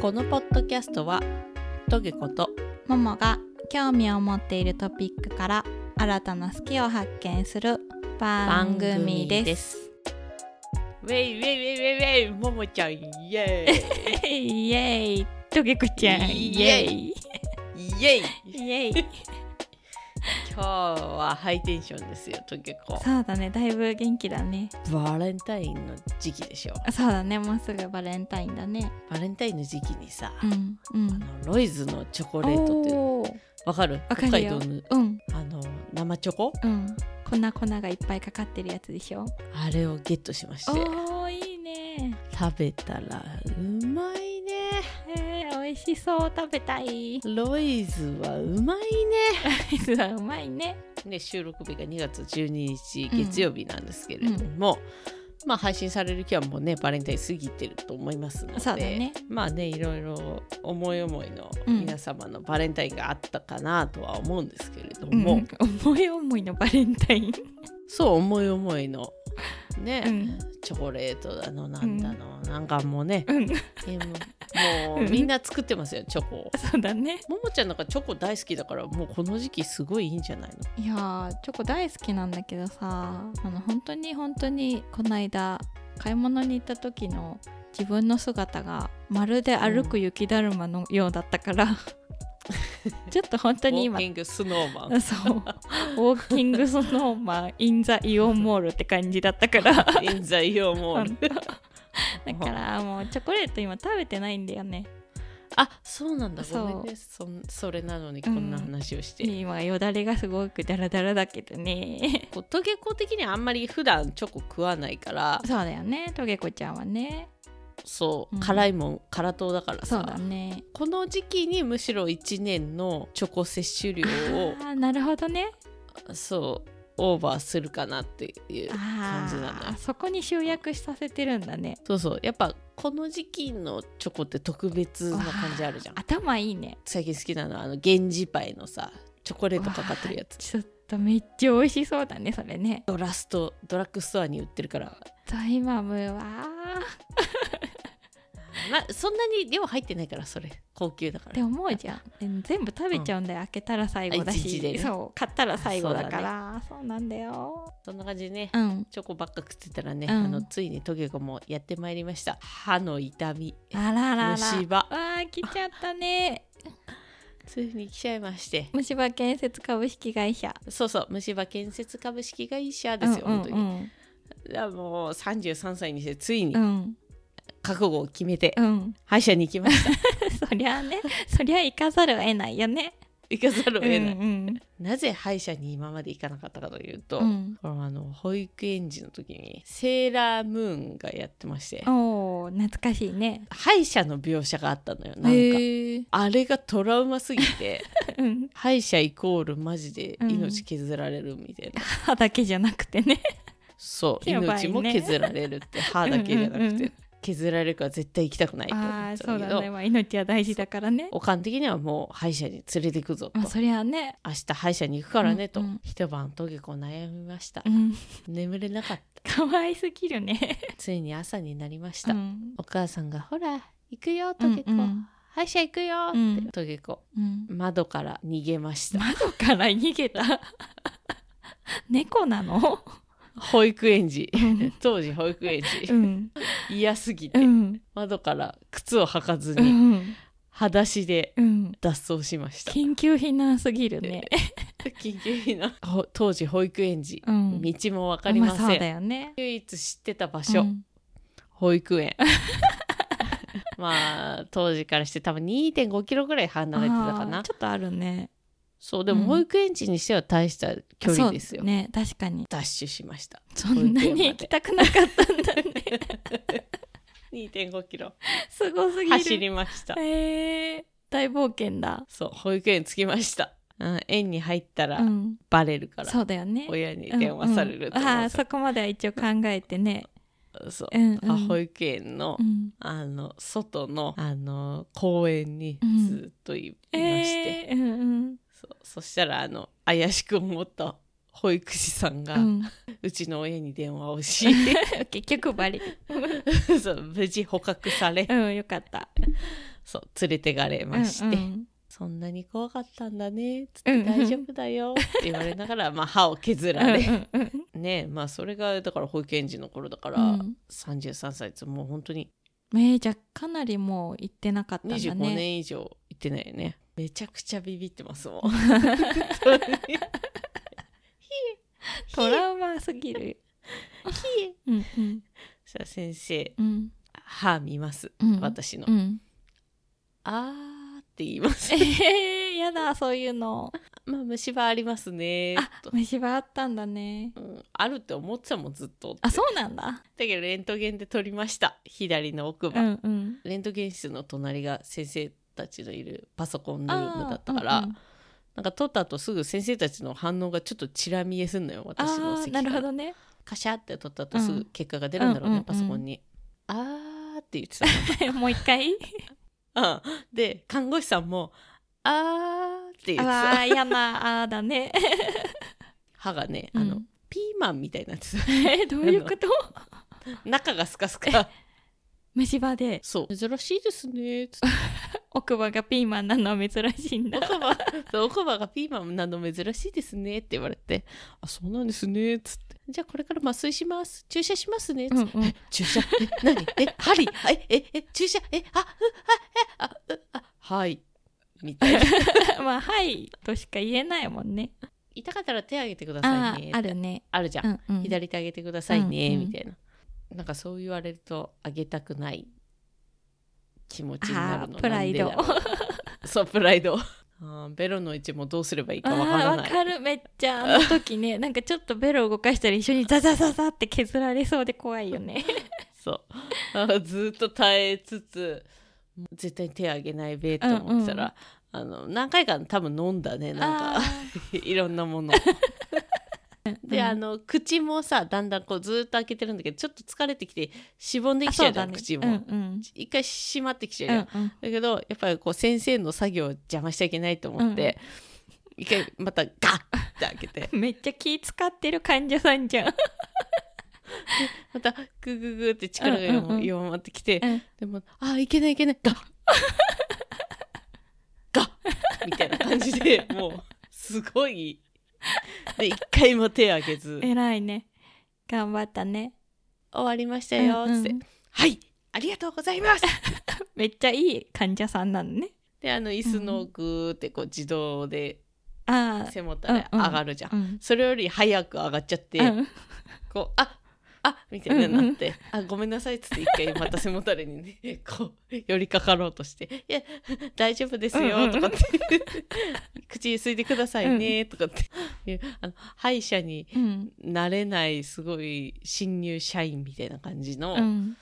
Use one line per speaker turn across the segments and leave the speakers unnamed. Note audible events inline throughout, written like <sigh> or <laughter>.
このポッドキャストはトゲこと
ももが興味を持っているトピックから新たな好きを発見する番組です
ウェイウェイウェイウェイウェイももちゃんイエ
イエーイトゲコちゃん
イエーイ
イ
<laughs> イエイ
イエーイ
今日はハイテンションですよトゲコ
そうだねだいぶ元気だね
バレンタインの時期でしょ
そうだねもうすぐバレンタインだね
バレンタインの時期にさ、
うんうん
あのロイズのチョコレートって
おー
わかる
わかる
北
よ
海道の
うん
あの生チョコ
うん粉粉がいっぱいかかってるやつでしょ
あれをゲットしまして
おーいいね
食べたらうまいね
えー、美味しそう食べたい
ロイズはうまいね
実は <laughs> うまいね
ね収録日が2月12日
うん
月曜日なんですけれども、まあ配信される日はもうねバレンタイン過ぎてると思いますので
そうだね
まあねいろいろ思い思いの皆様のバレンタインがあったかなとは思うんですけれども、
ん、思い思いのバレンタイン
そう思い思いのね、
うん
チョコレートだのなんだの、なんかもうね
うん
えーもうも
う
うんみんな作ってますよチョコを。
そうだね
ももちゃんなんかチョコ大好きだからもうこの時期すごいいいんじゃないの
いやーチョコ大好きなんだけどさあの本当に本当にこの間買い物に行った時の自分の姿がまるで歩く雪だるまのようだったから、ちょっと本当に
ウォ
今
ーキングスノー
<laughs>
マン
そうウォーキングスノーマン in the イオンモールって感じだったから
<laughs> インザイオモール。
だからもうチョコレート今食べてないんだよね
あそうなんだ
そ
ごめ
う
んねそんそれなのにこんな話をして。
今よだれがすごくダラダラだけどね
<laughs> こうトゲコ的にはあんまり普段チョコ食わないから
そうだよねトゲ子ちゃんはね
そう、
うん
辛いもん辛党だから
そ
さ
うだね
この時期にむしろ1年のチョコ摂取量
<laughs>
を
あーなるほどね
そうオーバーするかなっていう
あ
感じなの
ー
よ
そこに集約させてるんだね
そうそうやっぱこの時期のチョコって特別な感じあるじゃん
わあ頭いいね
最近好きなのはあの源氏パイのさチョコレートかかってるやつ
ちょっとめっちゃ美味しそうだねそれね
ドラストドラッグストアに売ってるから
ドイマムは
まあそんなに量入ってないからそれ高級だか
っ
ら
て思うじゃん
<laughs>
え全部食べちゃうんだよ、開けたら最後だ
あ一
し、
日でね
そう買ったら最後だからそう,、なんだよ
そんな感じでね
うん
チョコばっか食ってたらね、
うん
あのついにトゲコもやってまいりました歯の痛み
あららら
虫歯
わあ来ちゃったね
ついに来ちゃいまして
虫歯建設株式会社
そうそう虫歯建設株式会社ですよ、
うんうん
本当
う
に
ん
だからもう33歳にしてついに
うん
覚悟を決めて
うん
歯医者に行きました <laughs>
そりゃあねそりゃ行かざるを得ないよね
行かざるを <laughs> 得ない、
うん
なぜ歯医者に今まで行かなかったかというと、
うん
このあの保育園児の時にセーラームーンがやってまして
うん、おー懐かしいね
歯医者の描写があったのよなんか、
へえ
あれがトラウマすぎ
<laughs>
て
うん
歯医者イコールマジで命削られるみたいな、
歯だけじゃなくてね
そう、
<laughs> やばいね
命も削られるって歯だけじゃなくて
うんうんうん
削られるから絶対行きたくないと思
あ
っ
<laughs> あ
て
そ
た
うん
だ
だ
けど、
ね、まあ、命は大事だからね
おかん的にはもう歯医者に連れてくぞと
まあそりゃあね
明日歯医者に行くからねと、
うんうん
一晩トゲコ悩みました
うん
眠れなかった
可愛すぎるね
ついに朝になりまし
う
た、
ん
お母さんが「ほら行くよトゲコ、
うん
歯医者行くよ」って、
うん
トゲコ
うん
窓から逃げました
窓から逃げた猫なの
保育園児
ん
当時保育園
<laughs>
児
ん
嫌すぎて、
うん
窓から靴を履かず
う
に、
ん
裸足で
うん
脱走しました
緊急避難すぎるね
緊急避難ほ当時保育園児、
うん
道も分かりませ
あ
ん、
そうだよね
唯一知ってた場所、
うん
保育園まあ当時からして多分2 5キロぐらい離れてたか
あ
な
ーちょっとあるね
そうでも
うん
保育園児にしては大した距離ですよ、
そうね確かに
ダッシュしました
そんなに行きたくなかったんだね
2.5キロ
<laughs> すごすぎる
走りました
へえ大冒険だ
そう保育園着きました、うん、園に入ったら
うん
バレるから、
そうだよね
親に電話されると
うん
思
うんああ
う
そこまでは一応考えてね
そう
うんうん
あ保育園の、
うん
あの外のあの公園に
うん
ずっとい,、まして、
ええうんうん
そうそしたらあの怪しく思った保育士さんが、う
うん
ちの親に電話を
<laughs>
し <laughs>
結局バレる
そう無事捕獲され
うんよかった
そう連れてかれまして、
うん
そんなに怖かったんだねつっ
うん
て
うん
大丈夫だよって言われなが
<laughs>
らまあ歯を削
うん
られ
うんうん
ねまあそれがだから保育園児の頃だから、
うん
33歳ってもう本当に
えーじゃあかなりもう行ってなかったんだね
25年以上行ってないよねめちゃくちゃビビってます <laughs> もん本当に
トラウマすぎるうんうん
さあ先生
うん
歯見ます、
うん
私の、
うん
あーって言います
えー、やだそういうの
まあ虫歯ありますね
あ
と
虫歯あったん
<laughs>
だね
うん、あるって思ってたもんずっと
あそうなんだ
だけどレントゲンで撮りました左の奥歯、
うんうん
レントゲン室の隣が先生たちのいるパソコンルームだったから、
あーうんうん
なんか撮った後すぐ先生たちの反応がちょっとチラ見えすんのよ私の
あー
席
な
か
るほ
ら
どね <laughs>
カシャって撮った後すぐ結果が出るんだろうね、
うんうんうんうん
パソコンに、あーって言ってた
もう一回 <laughs>
うんで看護師さんも <laughs> あーって言って
あ
た
あ嫌なあーだね
歯が <laughs> ねあの、
うん <laughs>
ピーマンみたいになってた
えどういうこと
中がスカスカ
虫歯で
そう珍しいですねつって
奥歯がピーマンなのは珍しいんだ
奥歯そう奥歯がピーマンなの珍しいですねって言われて「あそうなんですね」っつって「じゃあこれから麻酔します注射しますね」つって、
うんうん
え注射え何え針えええ注射えあうあえあうあはい」みたいな
<laughs> <laughs> まあはいとしか言えないもんね
痛かったら手挙げてくださ
あ
いね
ーあるね
あるじゃん、
うんうん
左手挙げてくださいね、
うんうん
みたいななんかそう言われるとあげたくない気持ちになる
あ
の
ープライド
なんでだろう <laughs> そうプライドあーベロの位置もどうすればいいかわから
あー
な
わ
い
かるめっちゃあの時
<laughs>
ねなんかちょっとベロ動かしたり一緒にザザザザって削られそうで怖いよ
<laughs>
ね
そうあのずっと耐えつつ絶対手あげないべと思ってたら、あの何回か多分飲んだねなんか <laughs> いろんな
<laughs>
もので、あの口もさだんだんこうずっと開けてるんだけどちょっと疲れてきてしぼんできちゃうじゃん、口も、
うんうん
一回閉まってきちゃう
う
じゃん、
んうん
だけどやっぱりこう先生の作業を邪魔しちゃいけないと思って、一回またガッって開けて
<laughs> めっちゃ気使ってる患者さんじゃん、
またグググって力が弱,、
うんうんうん
弱まってきて、
うん
でも、あ、いけないいけない、ガッガッみたいな感じ
<laughs>
で、もう、すごい。で、一回も手あげず、終
<laughs> 偉いね頑張ったね
わりましたよ、
うんうん
つって、はい、ありがとうございます
めっちゃいい患者さんなのね
で、あの、椅子のグーって、こう、自動で
ああ
背もたれ
うんうん
上がるじゃん。
うん
それより早く上がっちゃって、
うん
こう、ああみたいになって、あ、ごめんなさいっつって一回また背もたれにね、 <laughs> こう、寄りかかろうとして、いや、大丈夫です
うんう
よ、
ん
とかって、 <laughs> 口ゆすいでくださいね、とかっていう、あの、歯医者に
うん
なれない、すごい新入社員みたいな感じ
う
の、
ん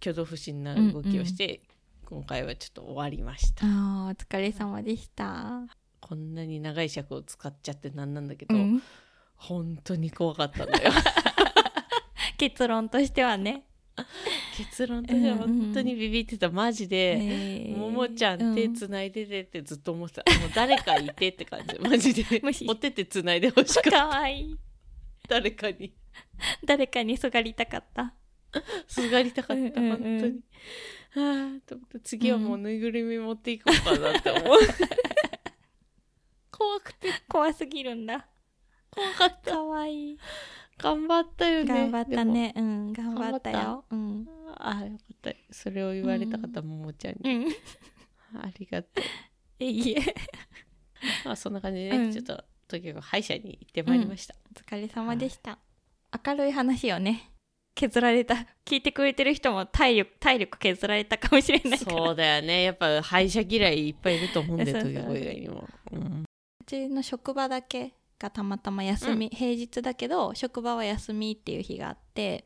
挙動不審な動きをして、今回はちょっと終わりました。
あーお疲れ様でした、
こんなに長い尺を使っちゃってなんなんだけ
う
ど、
ん、
本当に怖かったんだよ。
結論としてはね、
結論としては本当にビビってた、マジで。
えー
ももちゃ
うん
手つないでてってずっと思ってた、もう誰かいてって感
<laughs>
じマジで
もし
お手手つないでほしかった
かわいい
誰かに
誰かにすがりたかった
すがりたかった
うんう
本
んうん
当
<laughs>
にはあと思って次はもううぬいぐるみ持っていこうかなって思う、怖くて
怖すぎるんだ
怖かった
かわいい
頑張ったよね
頑張ったねうん頑張
張
っ
ったた
ようん
でもああよかったそれを言われたかった、ももちゃんに
うん
ありがと
えいえ
うまあそんな感じでね、
うん
ちょっととにかく歯医者に行ってまいりました、
お疲れ様でした明るい話をね削られた聞いてくれてる人も体力体力削られたかもしれないから
そううだよねやっぱ歯医者嫌いいっぱいいると思うんで <laughs>
そうそ
と
う
きかく以外にも、うん
ちの職場だけがたまたま休み、平日だけど職場は休みっていう日があって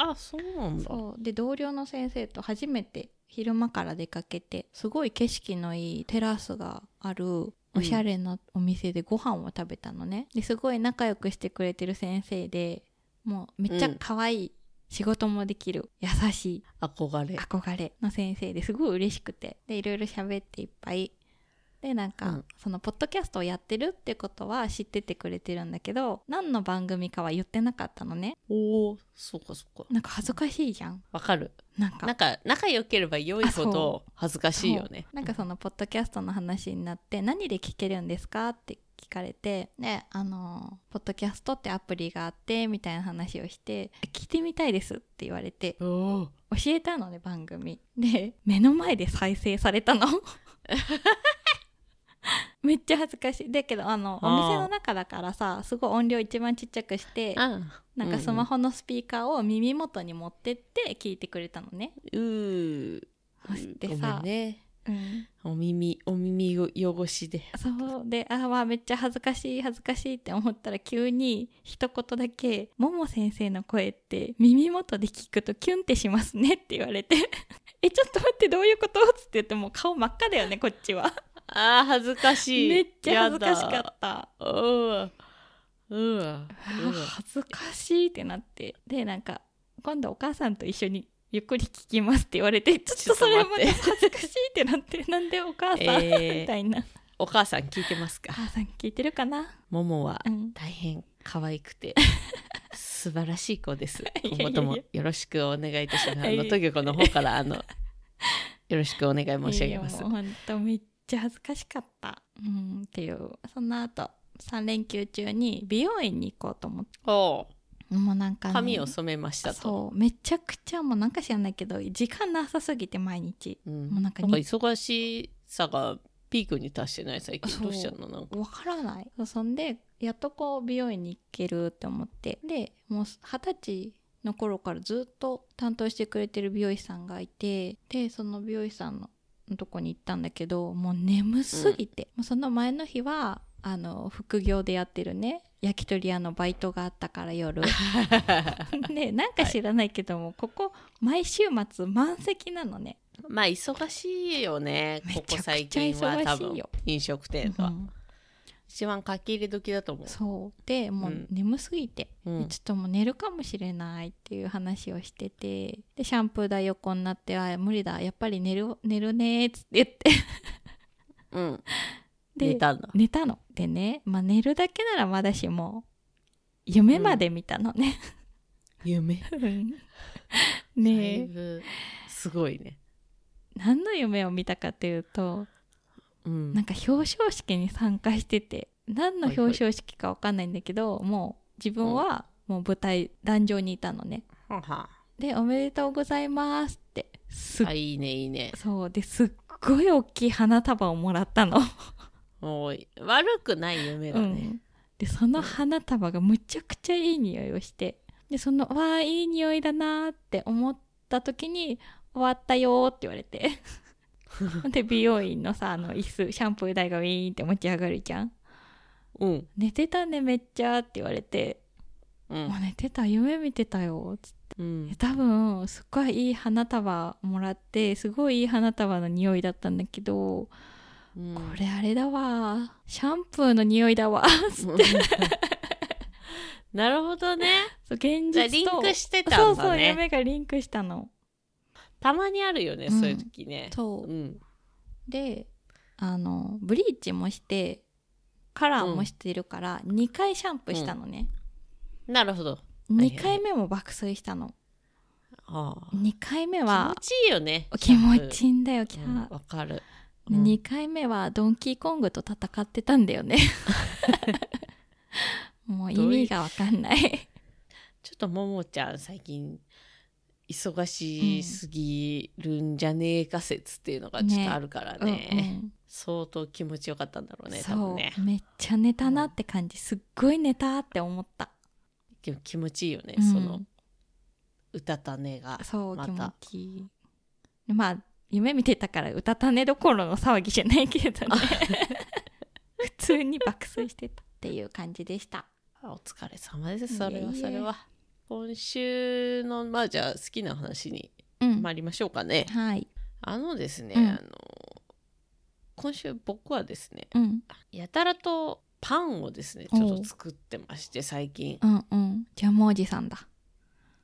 あそうなんだ
そうで同僚の先生と初めて昼間から出かけてすごい景色のいいテラスがあるおしゃれなお店でご飯を食べたのね、ですごい仲良くしてくれてる先生でもうめっちゃ可愛い、仕事もできる優し
憧
い
れ
憧れの先生ですごい嬉しくてでいろいろ喋っていっぱいでなんか、
うん
そのポッドキャストをやってるってことは知っててくれてるんだけど何の番組かは言ってなかったのね
おおそうかそうか
なんか恥ずかしいじゃん
わかる
なんか
なんか仲良ければ良いほ
あそ
ど恥ずかしいよね
そうなんかそのポッドキャストの話になって何で聞けるんですかって聞かれてねあのポッドキャストってアプリがあってみたいな話をして聞いてみたいですって言われて
おお
教えたのね番組で目の前で再生されたの <laughs> めっちゃ恥ずかしいだけどあのお
あー
店の中だからさすごい音量一番ちっちゃくして
あ
なんかスマホのスピーカーを耳元に持ってって聞いてくれたのね
うー
そして
ごめ
さ
ん、ね
うん、
お耳お耳汚しで
そうであーわあめっちゃ恥ずかしい恥ずかしいって思ったら急に一言だけ「もも先生の声って耳元で聞くとキュンってしますね」って言われて <laughs> 「えちょっと待ってどういうこと?」っつって言ってもう顔真っ赤だよねこっちは
あー恥ずかしい
めっちゃ恥ずかしか
や
っ
だ
た
うわうわ
あー恥ずかしいってなってでなんか「今度お母さんと一緒にゆっくり聞きます」って言われてちょっとそれ
ちょっと
ま
待
で
って
<laughs> 恥ずかしいってなってなんでお母さん、
えー
みたいな
お母さん聞いてます
お
か
母さん聞いてるかな
ももは
うん
大変可愛くて素晴らし <laughs> い子です
やいやいや
今後ともよろしくお願いいたしますあ
いや
の
いや
トギョコの方から <laughs> あのよろしくお願い申し上げます
いやもうほんとめっちゃ恥ずかしかった。うんっていうその後3連休中に美容院に行こうと思っ
お
てもうなんか、ね、
髪を染めましたと
そうめちゃくちゃもうなんか知らないけど時間なさすぎて毎日
うん
もう
な
な
ん
んか
か
に
忙しさがピークに達してない最
そ
近
う
どうしたのなんか
わからないそうそんでやっとこう美容院に行けるって思ってでもう二十歳の頃からずっと担当してくれてる美容師さんがいてでその美容師さんのとこに行ったんだけどもう眠すぎて、もうその前の日はあの副業でやってるね焼き鳥屋のバイトがあったから <laughs> 夜
<laughs>
でなんか知らないけども、ここ毎週末満席なのね、
まあ忙しいよね
めちゃ
こ
くちゃ
こ最近は多
忙しい
分
よ
飲食店
う
は、
ん
一番書き入れ時だと思う
そうでもううん眠すぎて、
うん、
ちょっともう寝るかもしれないっていう話をしててでシャンプー台横になって「あ無理だやっぱり寝る寝るね」っつって言って
うん、
で
寝たんだ
寝たのでね、まあ、寝るだけならまだしも夢まで見たのね、
夢
<laughs>
だい
ねえ
ぶすごいね、
何の夢を見たかというと
うん
なんか表彰式に参加してて何の
はい
表
はい
彰式か分かんないんだけど、もう自分はもう舞台壇上にいたのね
はは
で「おめでとうございます」ってすっ
あいいねいいね
そうですっごい大きい花束をもらったの。
おい悪くない夢だ
う
ね、
んでその花束がむちゃくちゃいい匂いをしてでその「わあいい匂いだな」って思った時に「終わったよ」って言われて
<laughs>
で美容院のさあの椅子シャンプー台がウィーンって持ち上がるじゃん
うん
「寝てたねめっちゃ」って言われて
う
「
ん
もう寝てた夢見てたよ」つって
うん
多分すっごいいい花束もらってすごいいい花束の匂いだったんだけど
うん
これあれだわシャンプーの匂いだわ <laughs>
うん <laughs> なるほど
<laughs>
ね
そう現
じゃあ
実と
リンクしてたんだね
そうそう夢がリンクしたの
たまにあるよね、
うん
そういう時ね、
そう
ん、
であのブリーチもしてカラーもしてるから、2回シャンプーしたのね、
なるほどん
2回目も爆睡したの、
あ
2回目
あ
は
気持ちいいよね
気持ちいいんだよ
シ
キ
ャ
ャ
ンプ
ー
ーうんわ、かる、
で
うん
2回目はドンキーコングと戦ってたんだ
<laughs>
よね <laughs> もう意味がわか
<laughs>
んない
ちょっとももちゃん最近忙しすぎるんじゃねえか説っていうのがちょっとあるからね
うんうん
相当気持ちよかったんだろうね多
そ
分
う
ね
めっちゃ寝たなって感じすっごい寝たって思った、
でも気持ちいいよね、
うん
その歌たねが
そう、
ま
気持
た
ちいいまあ夢見てたからうたた寝どころの騒ぎじゃないけどね
<laughs>
普通に爆睡してたっていう感じでした
お疲れ様ですそれはい
えいえ
それは今週のまあじゃあ好きな話に
うん、
参りましょうかね、
はい
あのですね、
うん
あの今週僕はですね
うん
やたらとパンをですねちょっと作ってまして最近
うんうんジャムおじさんだ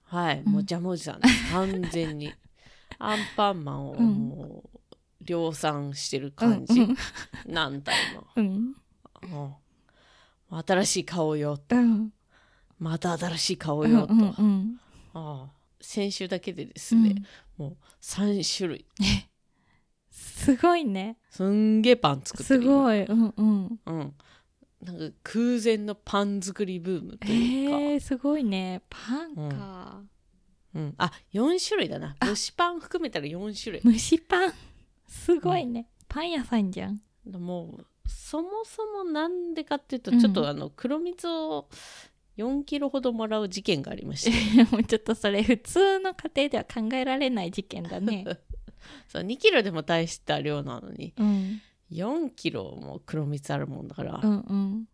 はい、
ん <laughs>
もうジャムおじさんです完全にアンパンマンを
うん
もう量産してる感
う
じ
ん
何体も
うん
うんまあ新しい顔よ
うん
また新しい顔
うん
よと、
うんうん
ああ先週だけでです
う
ね、
ん
もう3種類
すごいね
すんげえパン作って
す
る今
ごいうんうん
うん、なんか空前のパン作りブームと
え
いうか、
ー、すごいねパンか、
うん、あ4種類だな蒸しパン含めたら4種類
蒸しパンすごいね、パン屋さんじ <laughs> ゃん
もうそもそもなんでかっていうと、
うん
ちょっとあの黒蜜を4キロほどもらう事件がありまして
もうちょっとそれ普通の家庭では考えられない事件だ <laughs> ね
そう2キロでも大した量なのに
うん
4キロも黒蜜あるもんだから、
うんうん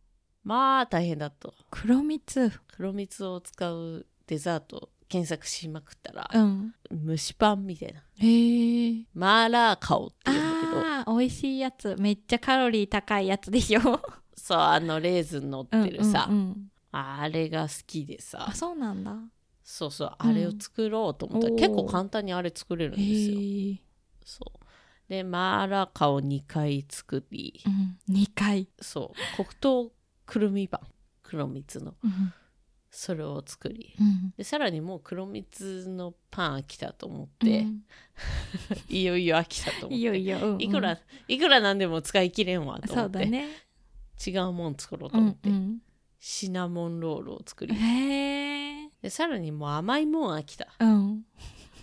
まあ大変だと
黒蜜
黒蜜を使うデザートを検索しまくったら、
うん
蒸しパンみたいな
へー
マーラーカオっていうんだけど
あー美味しいやつめっちゃカロリー高いやつで <laughs> しょ
そうあのレーズン乗ってるさ、
うんうんうん
あれが好きでさ
あそうなんだ
そうそう
うん
あれを作ろうと思ったら、
おー
結構簡単にあれ作れるん
へ
ですよ
ー
そうでマーラーカオ2回作り
うん、2回、
そう黒糖くるみパン黒蜜の
うん
それを作り
うん
でさらにもう黒蜜のパン飽きたと思って、いよいよ飽きたと思って
いよいよ、うんうん
いくらいくらなんでも使い切れんわと
そ
思っ
うだ
て、
ね
違うもん作ろうと思って、
うん
シナモンロールを作
うん、
り
へえ
でさらにもう甘いもん飽きた
うん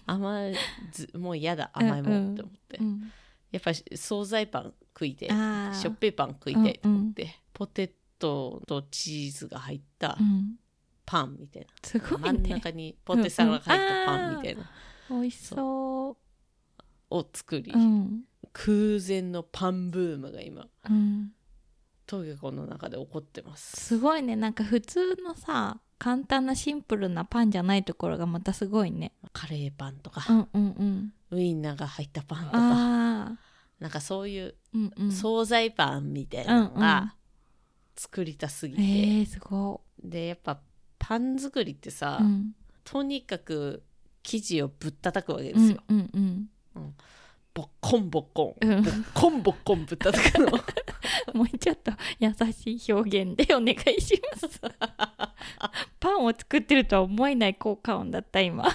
甘いずもう嫌だ甘いもんって思って、
うん
やっぱし惣菜パン食いて
あー
しょっぺいパン食いたいと思って、ポテトとチーズが入った
うん
パンみたいな、
すご
真
い
ん
ね
中にポテサラが入ったパンみたいな
美味しそ
を作り、
ううん
空前のパンブームが今
うん
東京の中で起こってます
すごいねなんか普通のさ簡単なシンプルなパンじゃないところがまたすごいね
カレーパンとか、
うんうんうん
ウインナーが入ったパンとか
ああ
なんかそういう
うんうん
惣菜パンみたいなの
うんうん
が作りたすぎて、
えー、すご
でやっぱパン作りってさ、
いうん
とにかく生地をぶったたくわけで
う
す
ん
よ、
うんうん
ボッコンボッコン、
う
<laughs>
ん
ボッコンボッコンぶったた
<laughs>
くの
もうちょっと優しい表現でお願いし
<laughs>
ます。パンを作ってるとは思えない効果音だった今。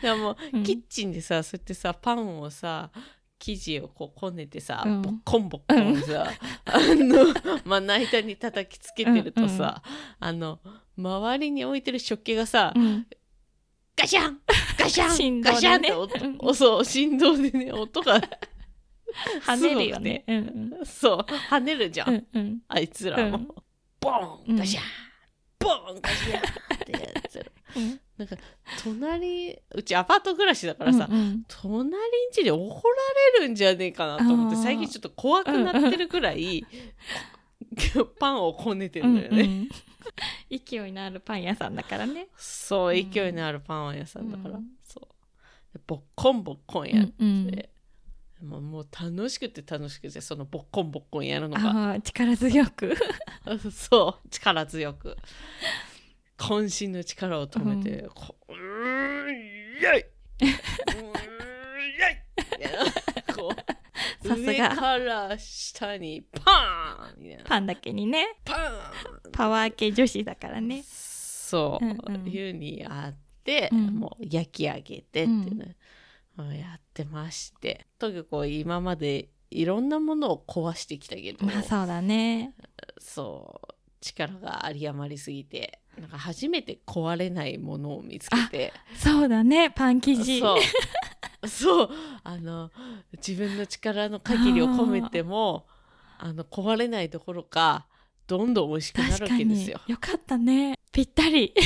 でも、
うん
キッチンでさそうやってさパンをさ生地をこうこねてさ、
うん
ボッコンボッコンさ、あのまな板に叩きつけてるとさ、あの周りに置いてる食器がさ、
うん、
ガシャンガ
<laughs>
シャン
振
ガ
動
シャン
で
っ
ね
て音、おそう振動でね音が
跳ねるよね。うんうん
そう跳ねるじゃん、
うんうん
あいつらも、
うん
ボーンガシャン、ボーンガシャンってやつ
うん
なんか隣うちアパート暮らしだからさ、
うんうん
隣んちで怒られるんじゃねえかなと思って
あー
最近ちょっと怖くなってるくらい、パンをこね
<laughs>
てるんだよね、
うんうん勢いのあるパン屋さんだからね。
そう
うん
勢いのあるパン屋さんだから、
うん
そうでボッコンボッコンやっ
うんうん、
て、もうもう楽しくて楽しくてそのボッコンボッコンやるのが
ああ力強く。
<laughs> そう力強く渾身の力を止めて、こううーんイエイうーんイエイみたいなこう
<laughs> さすが
上から下にパーンみたいな
パンだけにね
パーン
パワー系女子だからね。
そう、
うんうん
いうにあって、
うん
もう焼き上げてっていうね、もうやってましてとにかくこう今までいろんなものを壊してきたけど、
まあそうだね。
そう力が有り余りすぎてなんか初めて壊れないものを見つけて
そうだねパン生地。
そうそうあの自分の力の限りを込めてもあの壊れないどころかどんどん美味しくなる
確
わ
か
けで
に
す
よ
よ。
かったねぴった <laughs> り。
て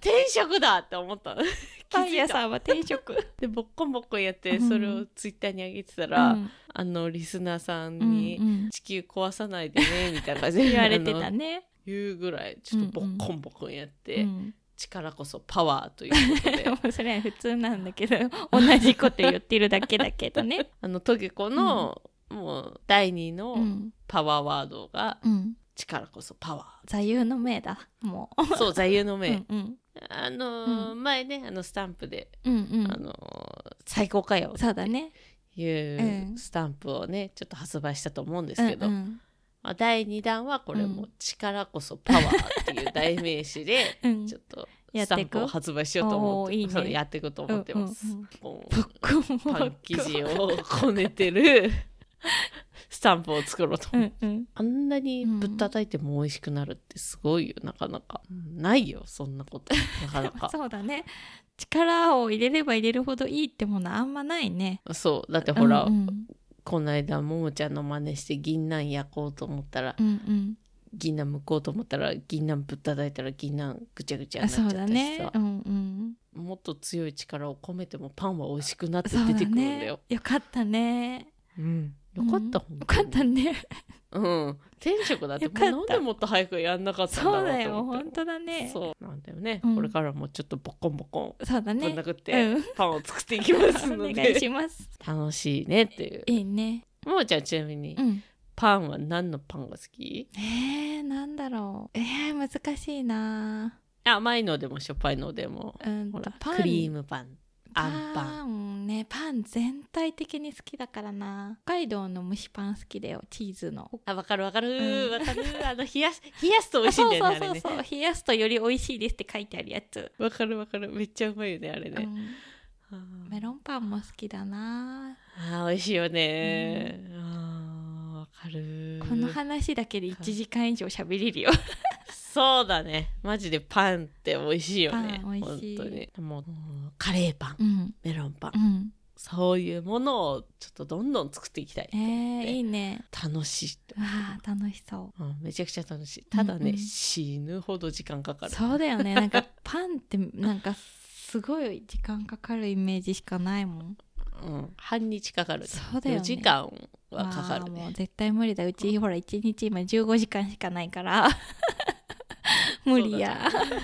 転職だって思ったの <laughs>
パン
気づ
屋
いた
さんは定食。
でボッコンボッコンやって
うん
それをツイッターに上げてた
う
ら、
ん
あのリスナーさん
うん
に、
うん
地球壊さないでねみたいな感じで
言われて
あ
た
の
ね。
<laughs> 言うぐらいちょっとボ
うんうん
ッコンボコンやって、
うん
力こそパワーということで
で <laughs> もそれは普通なんだけど同じこと言ってるだけだけどね。
あのトゲコの、もう第2
う
の
ん
パワーワードが
うん、
「力こそパワ
座右の銘だもう。
ー」そう座右の銘、
うんうん
あのー前ねあのスタンプで、
うんう
あ
ん
のー最高かよ
そうだね。
いうスタンプをねちょっと発売したと思うんですけど、
うんうん
まあ、第2弾はこれ
う
も「力こそパワー」っていう代名詞で
<laughs> うん
ちょっと
やっ
スタ
て
ン
く
プを発売しようと思って
おーいいね
そうやっていこうと思ってます。
うんうんうん
こう
僕も
パン生地をこねて
<laughs>
るスタンプを作ろうと
う
思う。
んうん
あんなにぶったたいても美味しくなるってすごいよなかなかないよそんなことなかなか
<laughs> そうだね力を入れれば入れるほどいいってものあんまないね
そうだってほら、
うん
この間ももちゃんの真似して銀杏焼こうと思ったら
うん、うん
銀杏むこうと思ったら銀杏ぶったたいたら銀杏ぐちゃぐち
う
ゃ
ん、
に
あ
なっちゃ
そ
った
うだ
し
ね
さ、
うんうん、
もっと強い力を込めてもパンは美味しくなって
そう
出
だ
てくるんだ
ね
よ。
よかったね
うん、よかった、
うん
本
よ
当
か
に
ったね
うん、天職だって
よかった
もうなんでもっと早くやん <laughs> なかったんだろ
そう
う
だ
と
よ
思って
本当だねそ
そうなんだよね、
うん
これからもちょっとボコンボコ
うだ
ンぶん
ね
殴って、
うん
パンを作っていきます
<laughs> お
の
願
で
いします
楽しいねっていう
いい
<laughs>
ね
ももちゃんちなみに、
うん
パンは何のパンが好き
えー、なんだろうえー、難しいな
甘いのでもしょっぱいのでも
うん
ほ
と
ら
パン
クリームパンあんパン
パンねパン全体的に好きだからな北海道の蒸しパン好きだよチーズの
あわかるわか
う
る
ん
わかるあの冷やす冷やすと美味しいんだよねあ
そう
れ
そう
ね
そうそう冷やすとより美味しいですって書いてあるやつ、
わかるわかるめっちゃうまいよねあれ
う
ね、
んメロンパンも好きだな、
あー美味しいよね、あーわかる
この話だけで1時間以上喋れるよ
そうだねマジでパンって美味しいよね
パン美味しい
本当にもう <laughs> うんカレーパン
うん
メロンパン
うん
そういうものをちょっとどんどん作っていきたい
えー、いいね
楽しいって
わあ楽しそう
うん、めちゃくちゃ楽しいただね、
うんうん
死ぬほど時間かかる
そうだよねなんかパンってなんかすごい時間かかるイメージしかないもん
うん、半日かかる
そうだよね
4時間はかかる
わあもう
ね
絶対無理だうちほら1日今15時間しかないから
<laughs>
無理や
そうだねうん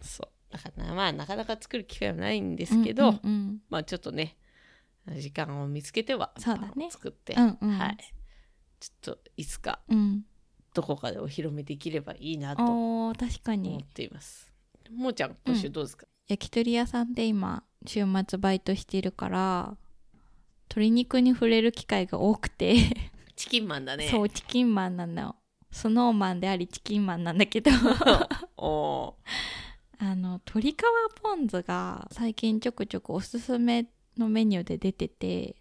そうだからなまあなかなか作る機会はないんですけど、
うんうん
まあちょっとね時間を見つけては
そうだね
パンを作って、
うんうんうん
はいちょっといつか
うん
どこかでお披露目できればいいなと
おー確か
思っ
に
ていますもーちゃん今週どうですか、
焼き鳥屋さんで今週末バイトしてるから鶏肉に触れる機会が多くて、
チキンマンだね
<laughs> そうチキンマンなのよスノーマンでありチキンマンなん
<laughs>
だけど
お
あの鶏皮ポン酢が最近ちょくちょくおすすめのメニューで出てて
ー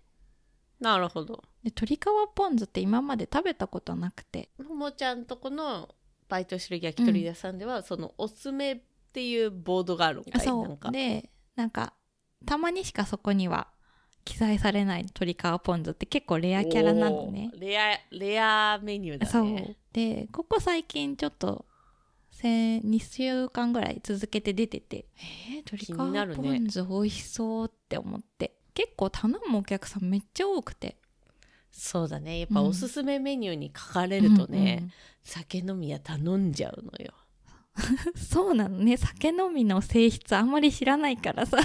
なるほど
で鶏皮ポン酢って今まで食べたことなくて
もーちゃんとこのバイトしてる焼き鳥屋さんでは、そのおすすめっていうボードがあるみ
あ
たい
そ
なん
う
か
でなんかたまにしかそこには記載されない鶏皮ポン酢って結構レアキャラなのね
おーレアレアメニューだね
そうでここ最近ちょっと先2週間ぐらい続けて出ててえー、鶏
気になる
皮
ね
ポン酢美味しそうって思って、結構頼むお客さんめっちゃ多くて
そうだねやっぱ
うん
おすすめメニューに書かれるとね、
うん <laughs> うん
酒飲み屋頼んじゃうのよ
そうなのね酒飲みの性質あんまり知らないからさ、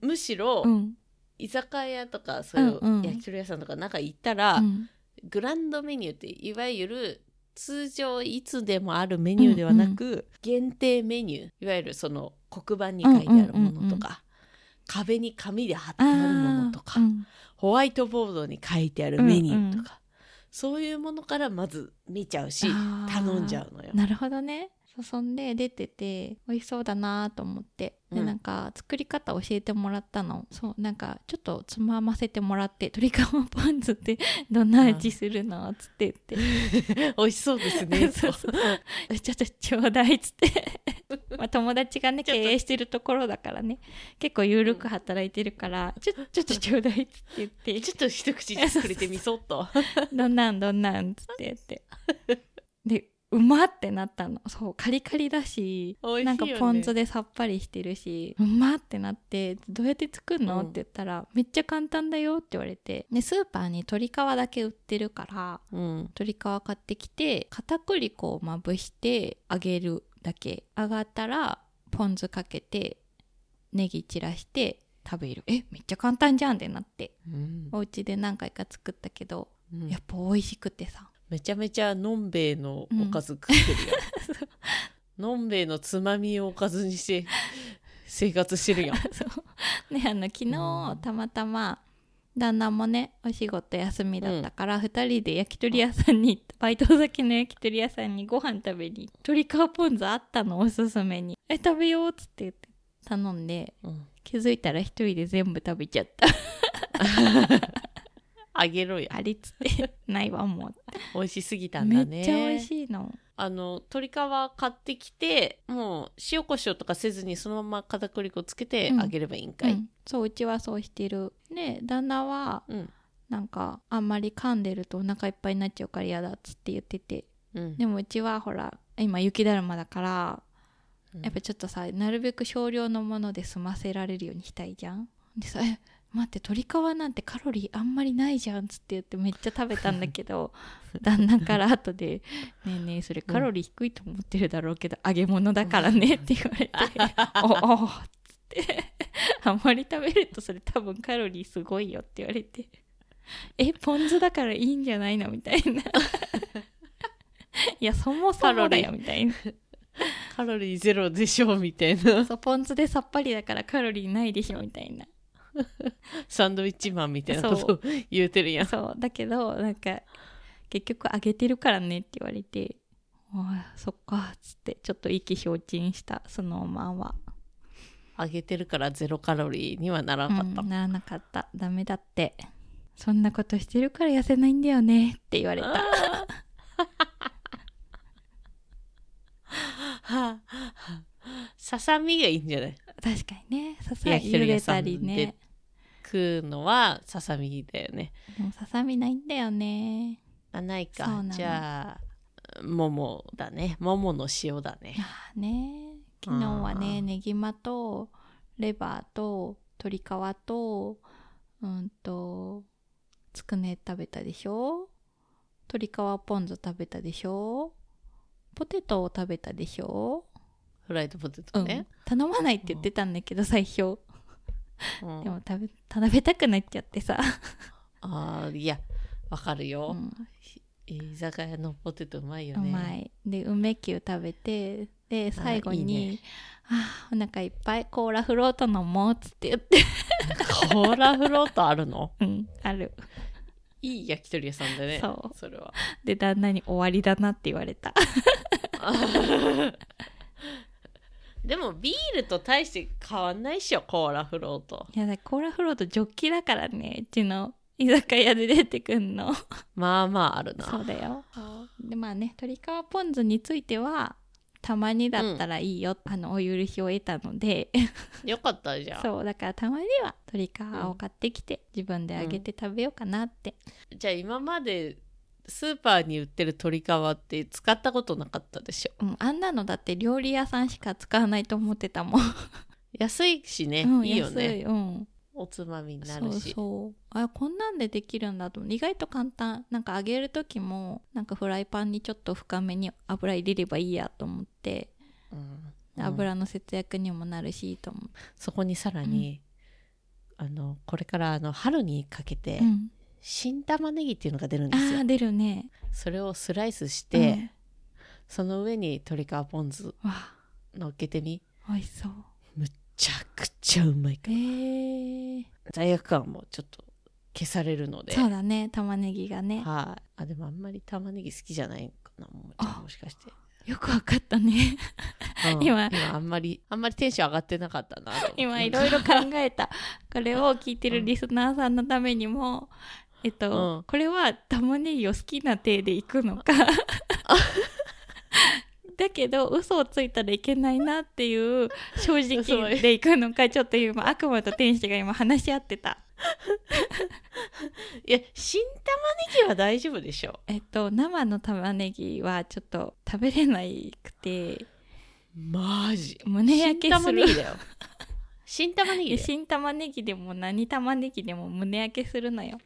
むしろ、
うん
居酒屋とかそういう
うんうん
焼き鳥屋さんとかなんか行ったら、
うん
グランドメニューっていわゆる通常いつでもあるメニューではなく、限定メニューいわゆるその黒板に書いてあるもの
うんうんうん
とか、
うん
壁に紙で貼って
あ
あ
ー
るものとか、
うん
ホワイトボードに書いてあるメニューとか、
うんうん
そういうものからまず見ちゃうし
あー
頼んじゃうのよ。
なるほどねそうそんで出てて美味しそうだなと思ってで、
うん
なんか作り方教えてもらったのそうなんかちょっとつまませてもらって「鶏皮ポン酢って <laughs> どんな味するの?」っつって言
<laughs> 美味しそうです
<laughs> って、
ね
そうそう「ちょっとちょうだい」っつって
<laughs>
まあ友達がね
ち
経
ょっと
営してるところだからね結構緩く働いてるから「ちょちょっとちょうだい」っつって言っ
<laughs> ち
て
ょっと一口ずつくれてみそっ
<laughs>
と。
「どんなんどんなん」っつって言ってでうまってなったのそうカリカリだし
美
なん
味し
か
いよね。
ポン酢でさっぱりしてるしうまってなってどうやって作るの、
うん
って言ったらめっちゃ簡単だよって言われてでスーパーに鶏皮だけ売ってるから
うん。
鶏皮買ってきて片栗粉をまぶして揚げるだけ揚がったらポン酢かけてネギ散らして食べるえめっちゃ簡単じゃんってなって
うん
お家で何回か作ったけど
うん
やっぱ美味しくてさ
めちゃめちゃのんべえのおかず食ってる
<laughs>
やん。のんべえのつまみをおかずにして
<laughs>
生活してるやん。
そうねあの昨日
うん
たまたま旦那もねお仕事休みだったから、二人で焼き鳥屋さんに行ってバイト先の焼き鳥屋さんにご飯食べに鶏皮ポン酢あったのおすすめに「え食べよう」っつって言って頼んで
うん
気づいたら一人で全部食べちゃった <laughs>
あげろや
あれっつって <laughs> ないわもう
美味しすぎたん
め
だ
っ
ね
ちゃ美味しいの
あの鶏皮買ってきてもう塩コショウとかせずにそのまま片栗粉つけて
うん
あげればいいんか
う
い、
ん、そううちはそうしてるで旦那は
うん
なんかあんまり噛んでるとお腹いっぱいになっちゃうから嫌だっつって言ってて
うん
でもうちはほら今雪だるまだから
うん
やっぱちょっとさなるべく少量のもので済ませられるようにしたいじゃんでさ「え待って鶏皮なんてカロリーあんまりないじゃん」っつって言ってめっちゃ食べたんだ
<laughs>
けど旦那から後で「ねえねえそれカロリー低いと思ってるだろうけど揚げ物だからね」って言われて「おお」っつって「あんまり食べるとそれ多分カロリーすごいよ」って言われて「えポン酢だからいいんじゃないの?」みたい <laughs> な「いやそもそもだよ」みたいな。
カロリーゼロでしょみたいな
そうポン酢でさっぱりだからカロリーないでしょみたいな
サンドイッチマンみたいなこ
そ
と言うてるやん
そうだけどなんか結局揚げてるからねって言われて「ああそっか」っつってちょっと意気消沈したスノーマンは、
揚げてるからゼロカロリーにはなら
う
なかった、
ん、ならなかったダメだってそんなことしてるから痩せないんだよねって言われた
はあはあささみがいいんじゃない
確かにねささ
焼き
茹
鳥屋
で
さ
た
んで
りね
食うのはささみだよね
でもささみないんだよね
あない
そうな
か
の
じゃあ桃だね桃の塩だね
あーね昨日は
あ
ね
ー
ねぎまとレバーと鶏皮とうんとつくね食べたでしょ鶏皮ポン酢食べたでしょポテトを食べたでしょ、
フライドポテ
う
ト
ん
ね、、
頼まないって言ってたんだけど最初
うん
でも食べ食べたくなっちゃってさ、
あーいやわかる
う
よ、
ん
居酒屋のポテトうまいよ
う
ね
まいで梅球食べてで最後に「あ
いいね
あーお腹いっぱいコーラフロート飲もう」っつって言って、
コーラフロートあるの
うん、ある
いい焼き鳥屋さんだね
そう
それは
で旦那に終わりだなって言われた
<laughs> でもビールと大して変わんないっしょコーラフロート
<laughs> いやだコーラフロートジョッキだからねうちの居酒屋で出てくんの
まあまああるな
<laughs> そうだよでまあね鶏皮ポン酢についてはたまにだったらいいよ、あのお許しを得たので
よかったじゃん
そうだからたまには鶏皮を買ってきて、自分で揚げて食べようかなって、
じゃあ今までスーパーに売ってる鶏皮って使ったことなかったでしょ
うんあんなのだって料理屋さんしか使わないと思ってたもん、
安いしね、
うん、
いいよ
安
ね
いうん
おつまみになるし
そうそうあこんなんでできるんだと思う意外と簡単なんか揚げる時もなんかフライパンにちょっと深めに油入れればいいやと思って
うん
油の節約にもなるしと思っ
そこにさらに、あのこれからあの春にかけて、
て、うん
新玉ねぎっていうのが出るんですよ
あー出るね
それをスライスして、その上に鶏皮ポン酢
うんわあ
乗っけてみ
美味しそう
むちゃくちゃうまいか
えー、
ら罪悪感もちょっと消されるので
そうだね玉ねぎがね
はいあでもあんまり玉ねぎ好きじゃないかなももちゃ
あ
んもしかして、
よくわかったね
うん
今
あんまりあんまりテンション上がってなかったなと思って
今いろいろ考えたこれを聞いてるリスナーさんのためにもえっと、
うん
これは玉ねぎを好きな体でいくの
<laughs>
かだけど嘘をついたらいけないなっていう正直でいくのかちょっと今悪魔と天使が今話し合ってた
<laughs> いや新玉ねぎは大丈夫でしょ
えっと生の玉ねぎはちょっと食べれないくて
マジ
胸焼け
新
す
玉ね
る
ぎだよ新玉ねぎだよ
新玉ねぎでも何玉ねぎでも胸焼けするのよ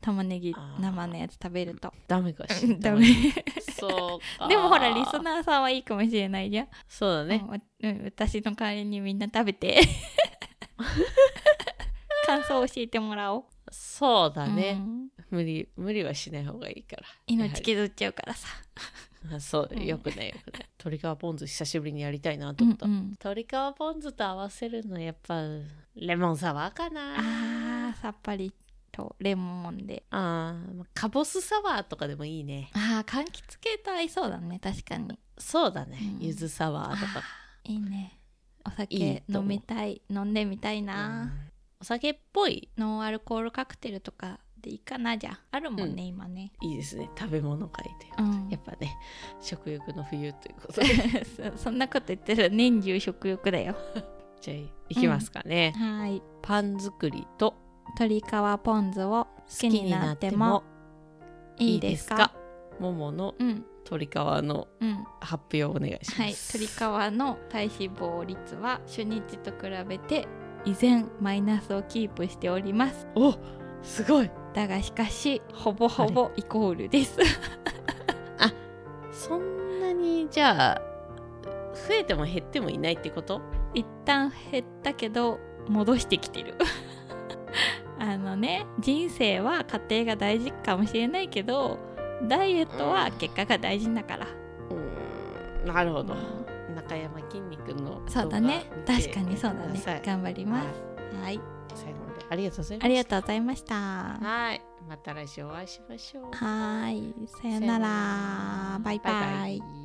玉ねぎ
あー
生のやつ食べると
ダメか新
ダ
玉
メ
ねぎそうか
でもほらリスナーさんはいいかもしれないじゃん、
そうだね、
うんうん私の代わりにみんな食べ <laughs> て感想を教えてもらおう
そうだ
う
ね、
ん
無理無理はしない方がいいから
命削っちゃうからさ、
やはりあそう
うん
よくないよくない鶏皮ポン酢久しぶりにやりたいなと
う
思っ
ん
た、
うん、
鶏皮ポン酢と合わせるのやっぱレモンサワーかな
あーさっぱりとレモンで
あーカボスサワーとかでもいいね
ああ柑橘系と合いそうだね確かに
そうだね、
うん
ゆずサワーとか
いいねお酒
いいと思う
飲みたい飲んでみたいな、
うんお酒っぽい
ノンアルコールカクテルとかでいいかなじゃああるもんね、今ね
いいですね食べ物会ということで、
うん <laughs>
やっぱね食欲の冬ということで
そそんなこと言ってる年中食欲だよ
じゃあいきますかね、
はい
パン作りと
鶏皮ポン酢を
好きになっても
い
い
い
い
で
ですす
か
か桃の
うん
鶏皮の
うん
発表をお願いします、
はい鶏皮の体脂肪率は初日と比べて依然マイナスをキープしております
おすごい
だがしかしほぼほぼイコールです
そんなにじゃあ増えても減ってもいないってこと
一旦減ったけど戻してきてる <laughs> あのね人生は家庭が大事かもしれないけどダイエットは結果が大事だから、
うーんなるほど中山筋肉の
そうだね
動画見
確
て
かにそうだ
く
ね
さい
頑張りますはい
最後までありがとうございました
ありがとうございましたは
はいまた来週お会いしましょう
ーいさ
さよ
よなら
なら
バイバイ
イ